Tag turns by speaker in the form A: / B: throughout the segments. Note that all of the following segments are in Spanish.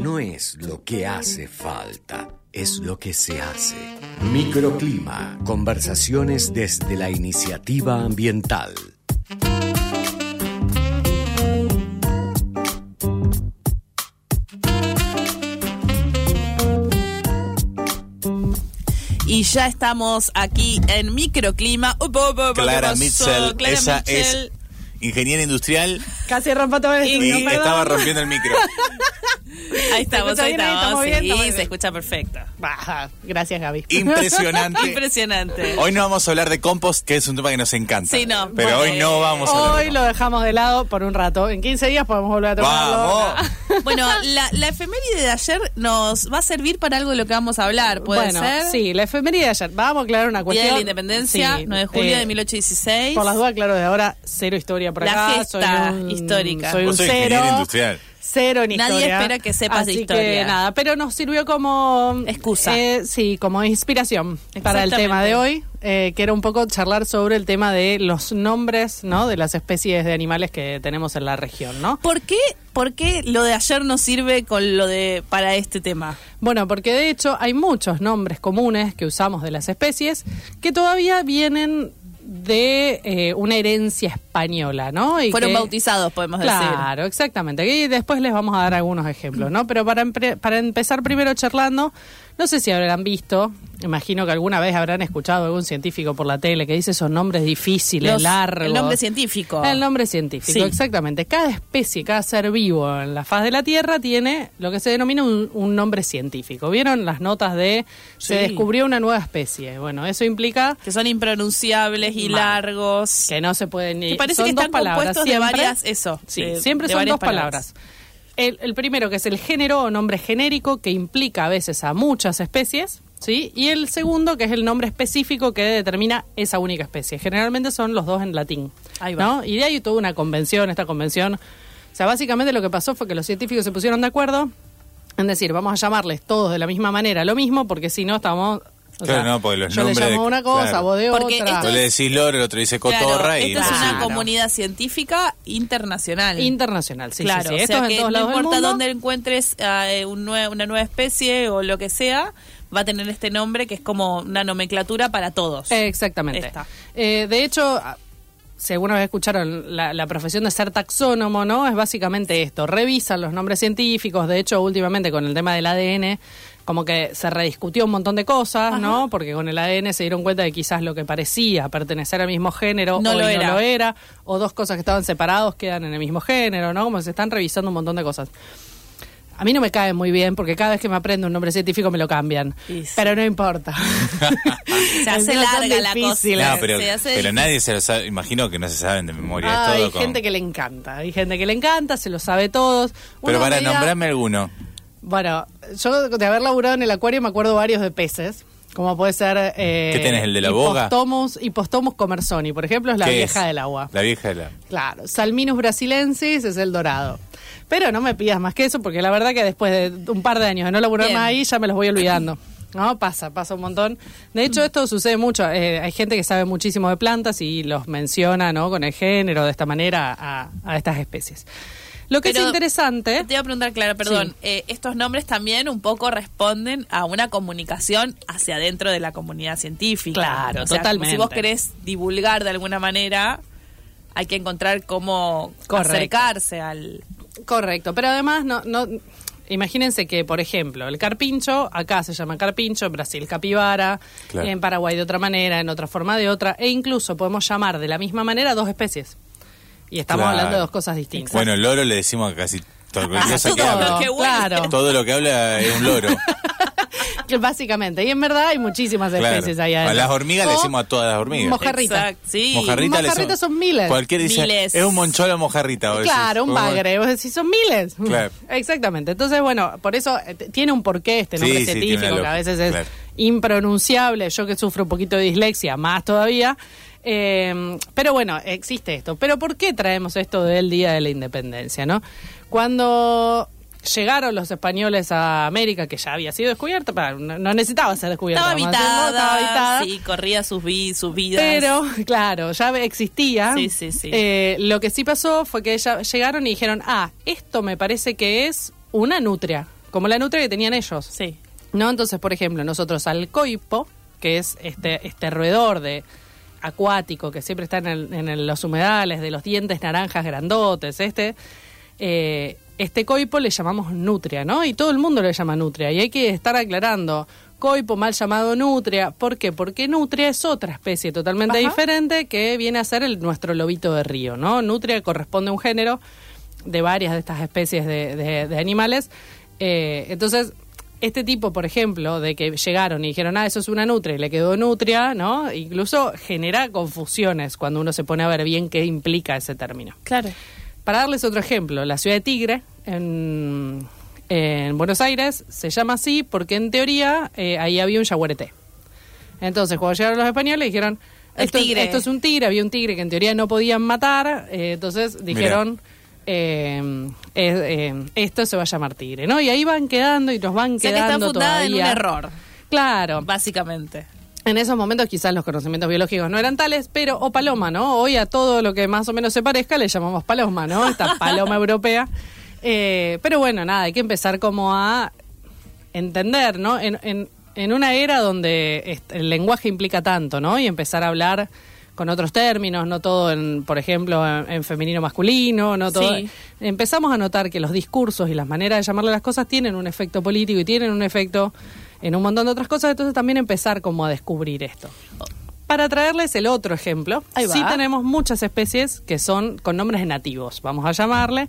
A: No es lo que hace falta, es lo que se hace. Microclima. Conversaciones desde la iniciativa ambiental.
B: Y ya estamos aquí en Microclima. Up, up, up,
C: Clara
B: up, up,
C: Mitchell,
B: Clara
C: esa
B: Mitchell.
C: es ingeniera industrial
D: Casi rompa todo el
B: Y
C: y
D: estudio, perdón.
C: estaba rompiendo el micro.
B: Ahí estamos,
D: escucha
B: ahí
D: bien, ahí
B: estamos.
D: estamos bien,
B: sí,
D: estamos bien.
B: se escucha perfecto.
D: Baja. Gracias, Gaby.
C: Impresionante.
B: Impresionante.
C: Hoy no vamos a hablar de compost, que es un tema que nos encanta.
B: Sí, no,
C: Pero
B: porque-
C: hoy no vamos a hablar. de
D: Hoy lo dejamos de lado por un rato. En 15 días podemos volver a tomarlo.
C: ¡Vamos!
B: Bueno, la, la efeméride de ayer nos va a servir para algo de lo que vamos a hablar, ¿puede
D: bueno,
B: ser?
D: sí, la efeméride de ayer. Vamos a aclarar una
B: Día
D: cuestión.
B: de la Independencia,
D: Sí,
B: 9 de julio
D: eh,
B: de 1816.
D: Por las dudas, claro, de ahora, cero historia por
B: La
D: acá.
B: gesta
D: soy un-
B: histórica.
D: Soy un
C: Vos sos ingeniera
D: cero.
C: industrial.
D: Cero en
B: Nadie
D: historia.
B: espera que sepas
D: Así
B: de historia.
D: que nada, pero nos sirvió como...
B: Excusa.
D: eh, sí, como inspiración para el
B: Exactamente.
D: tema de hoy, eh, que era un poco charlar sobre el tema de los nombres, ¿no? De las especies de animales que tenemos en la región, ¿no?
B: ¿Por qué, ¿Por qué lo de ayer no sirve con lo de para este tema?
D: Bueno, porque de hecho hay muchos nombres comunes que usamos de las especies que todavía vienen de eh, una herencia española, ¿no? Y
B: Fueron
D: que-
B: bautizados, podemos decir.
D: Claro, exactamente. Y después les vamos a dar algunos ejemplos, ¿no? Pero para, empre- para empezar primero charlando, no sé si habrán visto, imagino que alguna vez habrán escuchado a algún científico por la tele que dice esos nombres difíciles,
B: Los-
D: largos.
B: el nombre científico.
D: El nombre científico,
B: Sí.
D: exactamente. Cada especie, cada ser vivo en la faz de la Tierra tiene lo que se denomina un, un nombre científico. ¿Vieron las notas de se
B: Sí.
D: descubrió una nueva especie? Bueno, eso implica
B: Que son impronunciables y
D: Mal.
B: largos.
D: que no se pueden ni
B: Que parece
D: son
B: que
D: dos
B: están
D: palabras
B: compuestos de
D: siempre.
B: varias- eso,
D: sí
B: de-
D: siempre
B: de
D: son
B: varias
D: dos palabras, El, el primero que es el género o nombre genérico que implica a veces a muchas especies sí y el segundo que es el nombre específico que determina esa única especie generalmente son los dos en latín
B: Ahí va.
D: ¿no? y de ahí toda una convención esta convención o sea básicamente lo que pasó fue que los científicos se pusieron de acuerdo en decir vamos a llamarles todos de la misma manera lo mismo porque si no estamos o
C: Claro,
D: sea,
C: no, porque los
D: yo le
C: nombres de-
D: llamo una cosa
C: claro.
D: vos de
B: Porque
D: otra
B: esto
C: Vos le decís loro, el otro dice cotorra
B: Claro,
C: y
B: esta es una
D: Claro.
B: comunidad científica internacional.
D: Internacional, sí,
B: claro,
D: sí, sí.
B: o
D: Esto
B: sea
D: es en
B: que
D: todos
B: no
D: lados del
B: importa
D: mundo.
B: dónde encuentres eh, un nue- una nueva especie o lo que sea, va a tener este nombre que es como una nomenclatura para todos.
D: Eh, Exactamente.
B: Está.
D: Eh, de hecho, a- si alguna vez escucharon la, la profesión de ser taxónomo, ¿no? Es básicamente esto. Revisan los nombres científicos. De hecho, últimamente con el tema del ADN, como que se rediscutió un montón de cosas, ¿no? Porque con el ADN se dieron cuenta de quizás lo que parecía pertenecer al mismo género
B: No
D: hoy
B: lo era.
D: no lo era. O dos cosas que estaban separados quedan en el mismo género, ¿no? Como que se están revisando un montón de cosas. A mí no me cae muy bien porque cada vez que me aprendo un nombre científico me lo cambian.
B: Y sí.
D: Pero no importa.
B: Se hace
D: Encima son
B: larga la cosa.
D: difíciles.
C: No, pero,
B: se hace
C: pero
B: difícil.
C: nadie se lo sabe. Imagino que no se saben de memoria. es
D: Ah,
C: todo
D: hay
C: con-
D: gente que le encanta, hay gente que le encanta, se lo sabe todos.
C: Pero
D: Uno
C: para
D: veía-
C: nombrarme alguno.
D: Bueno, yo de haber laburado en el acuario me acuerdo varios de peces. Como puede ser. Eh,
C: ¿Qué tenés, el de la boga?
D: Hipostomus, Hipostomus comersoni, por ejemplo, es la
C: ¿qué
D: vieja
C: es?
D: del agua.
C: La vieja del agua.
D: Claro, Salminus brasilensis es el dorado. Pero no me pidas más que eso, porque la verdad que después de un par de años de no laburar
B: Bien.
D: más ahí, ya me los voy olvidando. No, pasa, pasa un montón. De hecho, esto sucede mucho. Eh, hay gente que sabe muchísimo de plantas y los menciona ¿no? con el género de esta manera a, a estas especies. Lo que
B: Pero
D: es interesante.
B: Te iba a preguntar, Clara, perdón. eh, estos nombres también un poco responden a una comunicación hacia adentro de la comunidad científica.
D: Claro,
B: O sea,
D: totalmente.
B: Si vos querés divulgar de alguna manera, hay que encontrar cómo
D: Correcto.
B: acercarse al.
D: Correcto, pero además no, no imagínense que, por ejemplo, el carpincho, acá se llama carpincho, en Brasil capibara,
C: Claro.
D: en Paraguay de otra manera, en otra forma de otra, e incluso podemos llamar de la misma manera dos especies. Y estamos
C: Claro.
D: hablando de dos cosas distintas.
C: Bueno, loro le decimos a casi todo, cualquier cosa
B: todo
C: que habla.
B: lo que huele.
D: claro.
C: Todo lo que habla es un loro.
D: Que Básicamente, y en verdad hay muchísimas
C: Claro.
D: especies ahí
C: A
D: adentro.
C: las hormigas le
D: O
C: decimos a todas las hormigas.
D: mojarra- Mojarrita.
B: Exacto, sí.
C: Mojarrita le
D: Mojarritas son miles.
C: Cualquier dice,
B: Miles.
C: es un moncholo mojarrita. vos decís,
D: Claro, un
C: ¿cómo?
D: bagre, vos decís, son miles.
C: Claro.
D: Exactamente. Entonces, bueno, por eso eh, t- tiene un porqué este nombre
C: Sí, sí, tiene una
D: científico, que a
C: lógica,
D: veces es
C: claro.
D: impronunciable, yo que sufro un poquito de dislexia, más todavía. Eh, pero bueno, existe esto. Pero ¿por qué traemos esto del Día de la Independencia, no? Cuando llegaron los españoles a América, que ya había sido descubierta, pa, no no necesitaba ser descubierta.
B: Estaba
D: vamos a decirlo,
B: habitada,
D: estaba habitada.
B: Sí, corría sus, vi- sus vidas.
D: Pero, claro, ya existía.
B: Sí, sí, sí.
D: Eh, lo que sí pasó fue que ya llegaron y dijeron, ah, esto me parece que es una nutria. como la nutria que tenían ellos.
B: Sí.
D: ¿No? Entonces, por ejemplo, nosotros al coipo, que es este, este roedor de acuático que siempre está en, el- en el- los humedales, de los dientes naranjas grandotes, este, eh, este coipo le llamamos nutria, ¿no? Y todo el mundo le llama nutria. Y hay que estar aclarando, coipo mal llamado nutria, ¿por qué? Porque nutria es otra especie totalmente
B: Ajá.
D: diferente que viene a ser el, nuestro lobito de río, ¿no? Nutria corresponde a un género de varias de estas especies de, de- de animales. Eh, entonces, este tipo, por ejemplo, de que llegaron y dijeron, ah, eso es una nutria, y le quedó nutria, ¿no? Incluso genera confusiones cuando uno se pone a ver bien qué implica ese término.
B: Claro.
D: Para darles otro ejemplo, la ciudad de Tigre, en, en Buenos Aires, se llama así porque en teoría eh, ahí había un yaguareté. Entonces, cuando llegaron los españoles, dijeron,
B: El
D: esto, es-
B: tigre.
D: esto es un tigre, había un tigre que en teoría no podían matar, eh, entonces dijeron, eh, es- eh, esto se va a llamar tigre, ¿no? Y ahí van quedando y nos van
B: O sea que está
D: quedando
B: fundada en un
D: todavía.
B: error.
D: Claro,
B: Básicamente.
D: en esos momentos quizás los conocimientos biológicos no eran tales, pero, o paloma, ¿no? Hoy a todo lo que más o menos se parezca le llamamos paloma, ¿no? Esta paloma europea. Eh, pero bueno, nada, hay que empezar como a entender, ¿no? En, en- en una era donde est- el lenguaje implica tanto, ¿no? Y empezar a hablar con otros términos, no todo, en, por ejemplo, en, en femenino masculino, no todo.
B: Sí.
D: Empezamos a notar que los discursos y las maneras de llamarle las cosas tienen un efecto político y tienen un efecto en un montón de otras cosas, entonces también empezar como a descubrir esto. Para traerles el otro ejemplo,
B: Ahí va.
D: sí tenemos muchas especies que son con nombres de nativos, vamos a llamarle,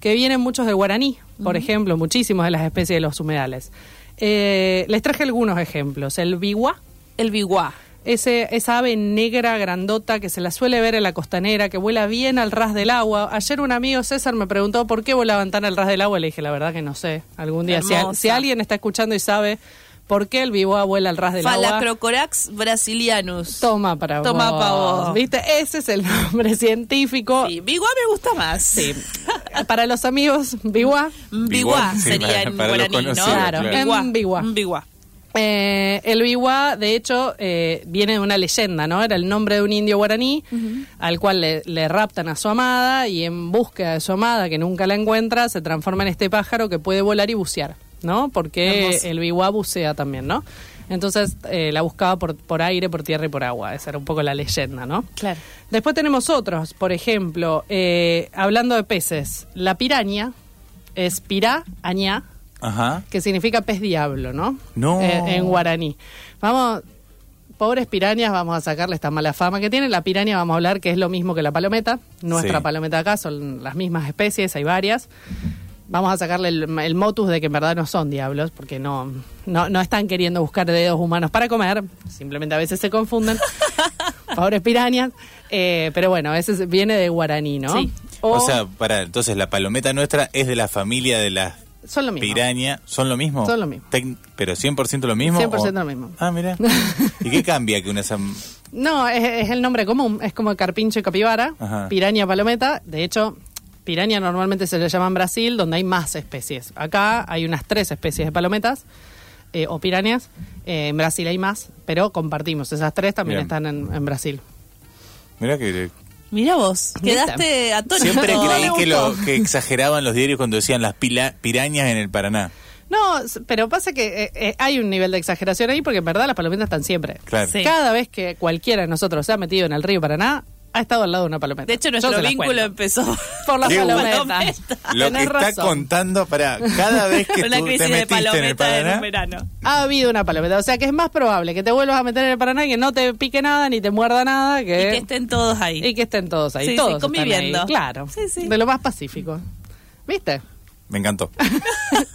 D: que vienen muchos del guaraní, por ejemplo, muchísimos de las especies de los humedales. Eh, les traje algunos ejemplos. El biguá,
B: El biguá.
D: ese, esa ave negra grandota que se la suele ver en la costanera, que vuela bien al ras del agua. Ayer un amigo César me preguntó por qué volaban tan al ras del agua. Le dije, la verdad que no sé. Algún día, si, al-
B: Hermosa.
D: si alguien está escuchando y sabe por qué el biguá vuela al ras del agua.
B: Falacrocorax brasilianus.
D: Toma para
B: Toma
D: vos.
B: pa' vos.
D: ¿Viste? Ese es el nombre
C: Oh.
D: científico.
B: Sí, biguá me gusta más. Sí.
D: Para los amigos, biguá.
B: Biguá
C: Biguá, sí,
B: sería
C: para-
B: en
C: para los
B: guaraní, ¿no?
C: conocidos,
D: Claro, claro.
B: Biguá.
D: en biguá.
B: biguá.
D: Eh, el Biwa, de hecho, eh, viene de una leyenda, ¿no? Era el nombre de un indio guaraní al cual le, le raptan a su amada y en búsqueda de su amada, que nunca la encuentra, se transforma en este pájaro que puede volar y bucear, ¿no? Porque
B: Hermoso.
D: el Biwa bucea también, ¿no? Entonces eh, la buscaba por, por aire, por tierra y por agua. Esa era un poco la leyenda, ¿no?
B: Claro.
D: Después tenemos otros, por ejemplo, eh, hablando de peces, la piraña es pirá, añá,
C: Ajá.
D: que significa pez diablo, ¿no?
C: No.
D: Eh, en guaraní. Vamos, pobres pirañas, vamos a sacarle esta mala fama que tiene. La piraña, vamos a hablar que es lo mismo que la palometa. Nuestra
C: Sí.
D: palometa acá son las mismas especies, hay varias. Vamos a sacarle el, el motus de que en verdad no son diablos, porque no, no, no están queriendo buscar dedos humanos para comer. Simplemente a veces se confunden. pobres pirañas. Eh, pero bueno, ese es- viene de guaraní, ¿no?
B: Sí.
C: O,
D: Oh,
C: sea, para, entonces la palometa nuestra es de la familia de las
D: son lo mismo.
C: piraña. ¿Son lo mismo?
D: Son lo mismo.
C: Tec- ¿Pero 100% lo mismo?
D: 100%
C: o-
D: lo mismo.
C: Ah, mira. ¿Y qué cambia que una... sam-
D: No, es, es el nombre común. Es como carpincho y capibara,
C: Ajá.
D: piraña, palometa. De hecho, piraña normalmente se le llama en Brasil, donde hay más especies. Acá hay unas tres especies de palometas eh, o pirañas. Eh, en Brasil hay más, pero compartimos. Esas tres también
C: Bien.
D: están en, en Brasil.
C: Mira que...
B: Mira vos, quedaste atónito. Oh.
C: Siempre
B: No
C: creí
B: le
C: que, lo,
B: gustó.
C: que exageraban los diarios cuando decían las pila- pirañas en el Paraná.
D: No, s- pero pasa que eh, eh, hay un nivel de exageración ahí porque en verdad las palometas están siempre.
C: Claro.
B: Sí.
D: Cada vez que cualquiera de nosotros se ha metido en el río Paraná, ha estado al lado de una palometa.
B: De hecho,
D: Yo
B: nuestro
D: se las
B: vínculo
D: cuento.
B: empezó
D: por las
C: Qué
D: palometas.
B: bueno.
C: Lo que
D: Tenés
C: está
D: razón.
C: contando para cada vez que
B: Ah, una
C: tú te
B: crisis de
C: metiste en el
B: palometa en
C: Paraná.
B: un verano.
D: Ha habido una palometa. O sea que es más probable que te vuelvas a meter en el Paraná y que no te pique nada ni te muerda nada
B: Y que
D: que,
B: estén todos ahí.
D: y que estén todos ahí.
B: Sí, sí,
D: todos están
B: conviviendo.
D: ahí, claro.
B: Sí, sí.
D: De lo más pacífico. ¿Viste?
C: Me encantó.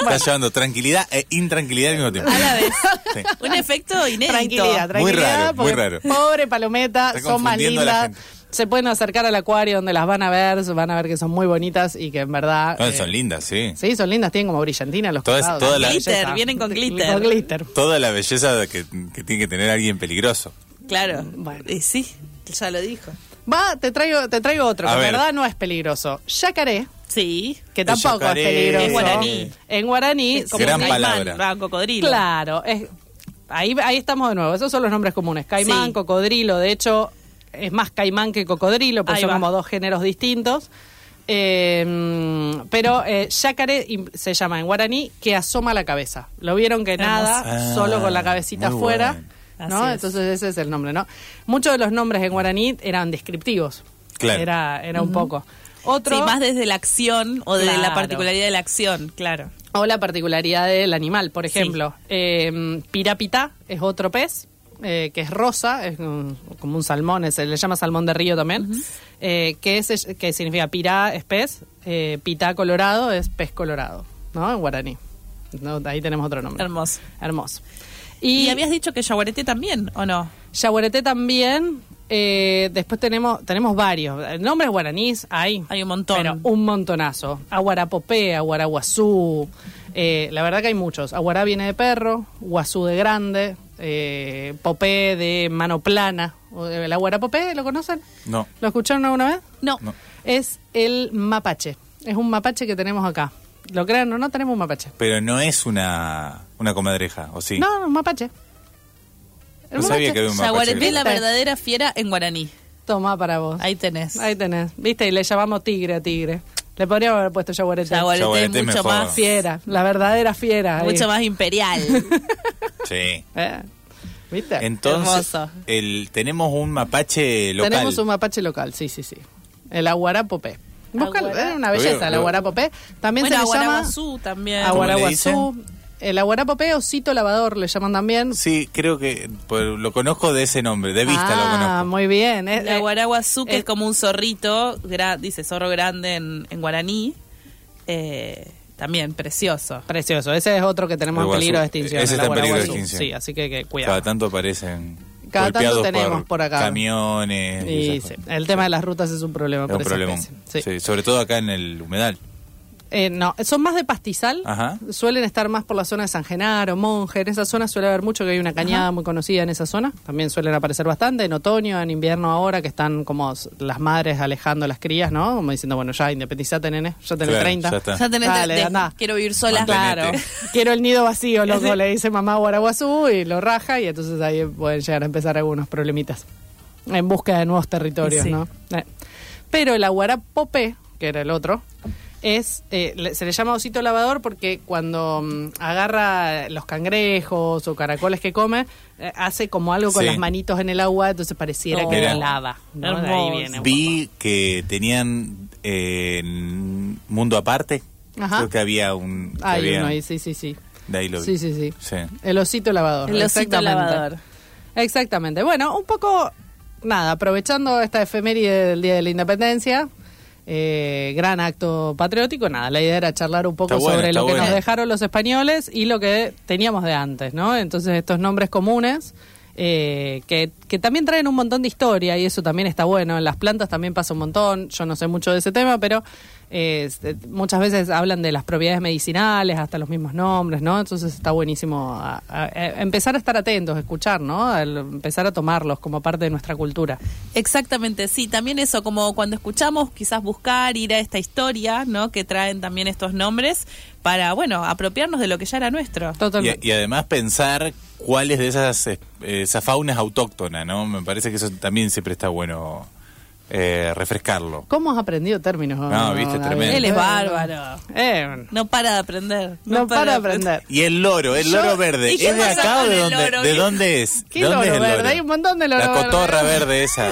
C: Está llevando tranquilidad e intranquilidad al mismo tiempo.
D: Ah,
B: A la vez.
C: Sí.
B: Un efecto inédito.
D: Tranquilidad,
C: Muy
D: tranquilidad.
C: raro, muy
D: porque
C: raro.
D: Pobre palometa,
C: Está
D: son más
C: confundiendo a la
D: lindas.
C: gente.
D: Se pueden acercar al acuario donde las van a ver, se van a ver que son muy bonitas y que en verdad.
C: No,
D: eh,
C: Ah, son lindas, sí.
D: Sí, son lindas, tienen como brillantina los
C: Todas-
D: costados,
C: toda
D: una
C: la-
D: belleza.
B: Glitter, vienen con glitter.
D: Con glitter.
C: Toda la belleza que, que tiene que tener alguien peligroso.
B: Claro.
D: Bueno.
B: Y sí, ya lo dijo.
D: Va, te traigo, te traigo otro,
C: A
D: que en
C: ver.
D: verdad no es peligroso. Yacaré.
B: Sí.
D: que
C: El
D: tampoco
C: yacaré.
D: es peligroso.
B: En guaraní.
D: En guaraní,
B: Es como
C: Gran
B: un caimán,
C: palabra.
B: va, un cocodrilo.
D: claro. es- ahí, ahí estamos de nuevo. Esos son los nombres comunes. Caimán,
B: Sí.
D: cocodrilo. De hecho, es más caimán que cocodrilo, porque
B: Ahí
D: son
B: va.
D: como dos géneros distintos. Eh, pero eh, yacaré im- se llama en guaraní que asoma la cabeza. Lo vieron que
B: Hermoso.
D: nada,
C: Ah,
D: solo con la cabecita
C: muy
D: afuera.
C: bueno.
D: ¿no?
B: Así es.
D: Entonces ese es el nombre, ¿no? Muchos de los nombres en guaraní eran descriptivos.
C: Claro.
D: Era, era un poco. Otro,
B: Sí, más desde la acción o de la
D: Claro.
B: particularidad de la acción, claro.
D: o la particularidad del animal, por ejemplo. Eh, pirapita es otro pez. eh, que es rosa, es un- como un salmón, eh, se le llama salmón de río también, eh, que, es, que significa pirá es pez, eh, pitá colorado es pez colorado, ¿no? En guaraní. No, ahí tenemos otro nombre.
B: Hermoso.
D: Hermoso.
B: Y, habías dicho que yaguareté también, ¿o no?
D: Yaguareté también. eh, después tenemos tenemos varios. Eh, Nombres guaraníes hay.
B: Hay un montón.
D: Pero un montonazo. Aguarapopé, aguaraguazú. eh, la verdad que hay muchos. Aguará viene de perro, guazú de grande, eh, popé de mano plana. O- eh, ¿El aguarapopé lo conocen?
C: No.
D: ¿Lo escucharon alguna vez?
B: No.
C: No.
D: Es el mapache. Es un mapache que tenemos acá. ¿Lo crean o no? Tenemos un mapache.
C: Pero no es una, una comadreja, ¿o sí?
D: No, no, un mapache. El
C: No sabía
D: mapache.
C: que había un mapache.
B: Yaguareté, la
D: Está.
B: verdadera fiera en guaraní.
D: Toma para vos.
B: Ahí tenés.
D: Ahí tenés. Viste, y le llamamos tigre a tigre. Le podríamos haber puesto yaguareté.
B: Yaguareté,
C: Yaguareté
B: mucho
C: mejor.
B: más
D: Fiera, la verdadera fiera. ahí.
B: mucho más imperial.
C: Sí.
D: Eh, ¿Viste?
C: Entonces,
B: Hermoso.
C: el, tenemos un mapache local.
D: Tenemos un mapache local, sí, sí, sí. El aguarapopé. Búscalo,
B: Aguara-
D: es una belleza,
C: Lo-
D: el
C: lo-
D: aguarapopé. También
B: bueno,
D: se le llama
B: aguaraguazú también.
C: Agua- ¿Cómo
D: aguaraguazú. El aguarapopé, osito lavador, le llaman también.
C: Sí, creo que por- lo conozco de ese nombre, de vista
D: ah,
C: lo conozco.
D: muy bien. Es-
B: El aguaraguazú, que
D: eh,
B: es como un zorrito, gra- dice zorro grande en, en guaraní. Eh, también precioso.
D: Precioso, ese es otro que tenemos
C: El
D: en peligro de
C: guazú.
D: extinción.
C: Ese
D: el
C: está en peligro de
D: aguaraguazú.
C: extinción.
D: Sí, así que, que cuidado.
C: Cada tanto aparecen
D: Cada tanto
C: golpeados
D: tenemos por acá.
C: camiones. y
D: Y
C: esas
D: sí,
C: cosas.
D: el tema de las rutas es un problema.
C: Es
D: para
C: un
D: esa
C: problema.
D: especie. Sí.
C: Sí, sobre todo acá en el humedal.
D: Eh, no, son más de pastizal.
C: Ajá.
D: Suelen estar más por la zona de San Genaro, Monje. En esa zona suele haber mucho, que hay una cañada muy conocida en esa zona. También suelen aparecer bastante en otoño, en invierno ahora, que están como s- las madres alejando a las crías, ¿no? Como diciendo, bueno, ya independizate, nene, ya tenés
C: Claro,
D: 30.
C: ya está.
B: Ya tenés
D: Dale,
B: de-
D: andá.
B: quiero vivir sola.
C: Mantenete.
B: Claro.
D: Quiero el nido vacío, loco, le dice mamá a Guaraguazú y lo raja y entonces ahí pueden llegar a empezar algunos problemitas en busca de nuevos territorios,
B: Sí.
D: ¿no? Eh. Pero el aguarapopé, que era el otro, es eh, le- se le llama osito lavador porque cuando mm, agarra los cangrejos o caracoles que come, eh, hace como algo con
C: Sí.
D: las manitos en el agua, entonces pareciera
B: Oh.
D: que era
C: Mira.
D: lava. ¿no? De ahí
B: Hermoso.
D: viene. un
C: Vi que tenían eh, en Mundo Aparte.
D: Ajá.
C: Creo que había un. que
D: poco. Hay
C: había-
D: uno ahí, sí, sí, sí.
C: De ahí lo vi.
D: Sí, sí, sí.
C: Sí.
D: El osito lavador.
B: El osito
D: exactamente.
B: lavador.
D: Exactamente. Bueno, un poco, nada, aprovechando esta efeméride del Día de la Independencia, eh, gran acto patriótico, nada, la idea era charlar un poco
C: Está bueno,
D: sobre
C: está
D: lo que
C: bueno.
D: nos dejaron los españoles y lo que teníamos de antes, ¿no? Entonces estos nombres comunes. eh, que, que también traen un montón de historia y eso también está bueno. En las plantas también pasa un montón. Yo no sé mucho de ese tema, pero eh, este, muchas veces hablan de las propiedades medicinales, hasta los mismos nombres, ¿no? Entonces está buenísimo a- a- a empezar a estar atentos, escuchar, ¿no? Al empezar a tomarlos como parte de nuestra cultura.
B: Exactamente, sí, también eso, como cuando escuchamos, quizás buscar, ir a esta historia, ¿no? Que traen también estos nombres para, bueno, apropiarnos de lo que ya era nuestro.
D: Totalmente.
C: Y, y además pensar cuáles de esas, eh, esas faunas autóctonas, ¿no? Me parece que eso también siempre está bueno eh, refrescarlo.
D: ¿Cómo has aprendido términos?
C: No, Ah, viste,
D: Gaby?
C: tremendo.
B: Él es bárbaro.
D: Eh,
B: No para de aprender.
D: no, para de aprender.
C: Y el loro, el
D: Yo-
C: loro verde,
B: ¿Y qué
C: ¿es de
B: pasa
C: acá o
B: con
C: de
B: el
C: dónde,
B: loro?
C: de dónde es?
D: ¿Qué
C: ¿De dónde
D: loro
C: es el
D: verde? Hay un montón de loro
C: La cotorra
D: verde.
C: verde, esa.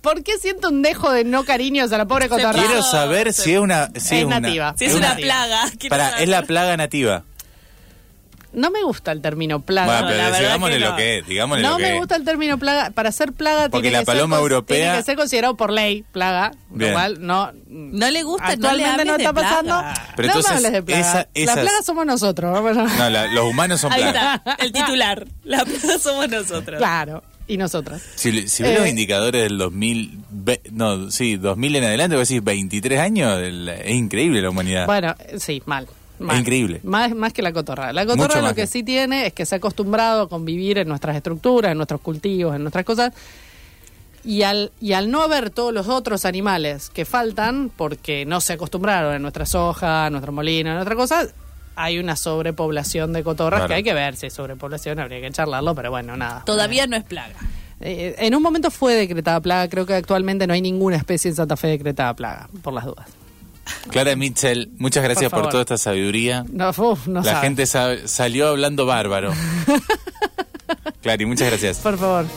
D: ¿Por qué siento un dejo de no cariños a la pobre cotorra?
B: Quiero-
C: Quiero saber si es una... Si
D: Es
C: una-
D: nativa.
B: Si es una
D: Nativa.
B: plaga. quiero
C: Pará,
B: saber.
C: es la plaga nativa.
D: No me gusta el término plaga.
C: Bueno,
B: la
C: pero
B: verdad
C: digámosle
B: que no.
C: lo que es, digámosle
D: No
C: lo que
D: me
C: es.
D: gusta el término plaga. Para ser plaga
C: Porque
D: tiene,
C: la
D: que ser
C: paloma
D: cons-
C: europea-
D: tiene que ser considerado por ley plaga,
C: Bien.
D: lo cual no.
B: No le gusta, no le
D: Actualmente
B: hables
D: no,
B: de
D: está
B: plaga.
D: pasando.
C: Pero
D: no
C: entonces,
D: me hables de plaga.
C: esa- esas-
D: La plaga somos nosotros. vamos a-
C: No, la- los humanos son
B: Ahí
C: plagas.
B: está, el titular. La plaga somos nosotros.
D: Claro, y nosotras.
C: Si, si ves los
D: Eh.
C: indicadores del 2000, ve- no, sí, 2000 en adelante, vos decís 23 años, el- es increíble la humanidad.
D: Bueno, eh, sí, mal. mal.
C: increíble.
D: Más, más que la cotorra. La
C: Mucho
D: cotorra
C: más
D: lo que
C: que-
D: sí tiene es que se ha acostumbrado a convivir en nuestras estructuras, en nuestros cultivos, en nuestras cosas. Y al, y al no haber todos los otros animales que faltan, porque no se acostumbraron en nuestra soja, en nuestro molino, en nuestras cosas, hay una sobrepoblación de cotorras
C: Claro.
D: que hay que ver si es sobrepoblación, habría que charlarlo, pero bueno, nada.
B: Todavía no es plaga.
D: Eh, en un momento fue decretada plaga, creo que actualmente no hay ninguna especie en Santa Fe decretada plaga, por las dudas.
C: Clara Mitchell, muchas gracias por,
D: favor.
C: toda esta sabiduría.
D: No, uf, no
C: La
D: sabe.
C: gente sa- salió hablando bárbaro. Clary, muchas gracias.
D: Por favor.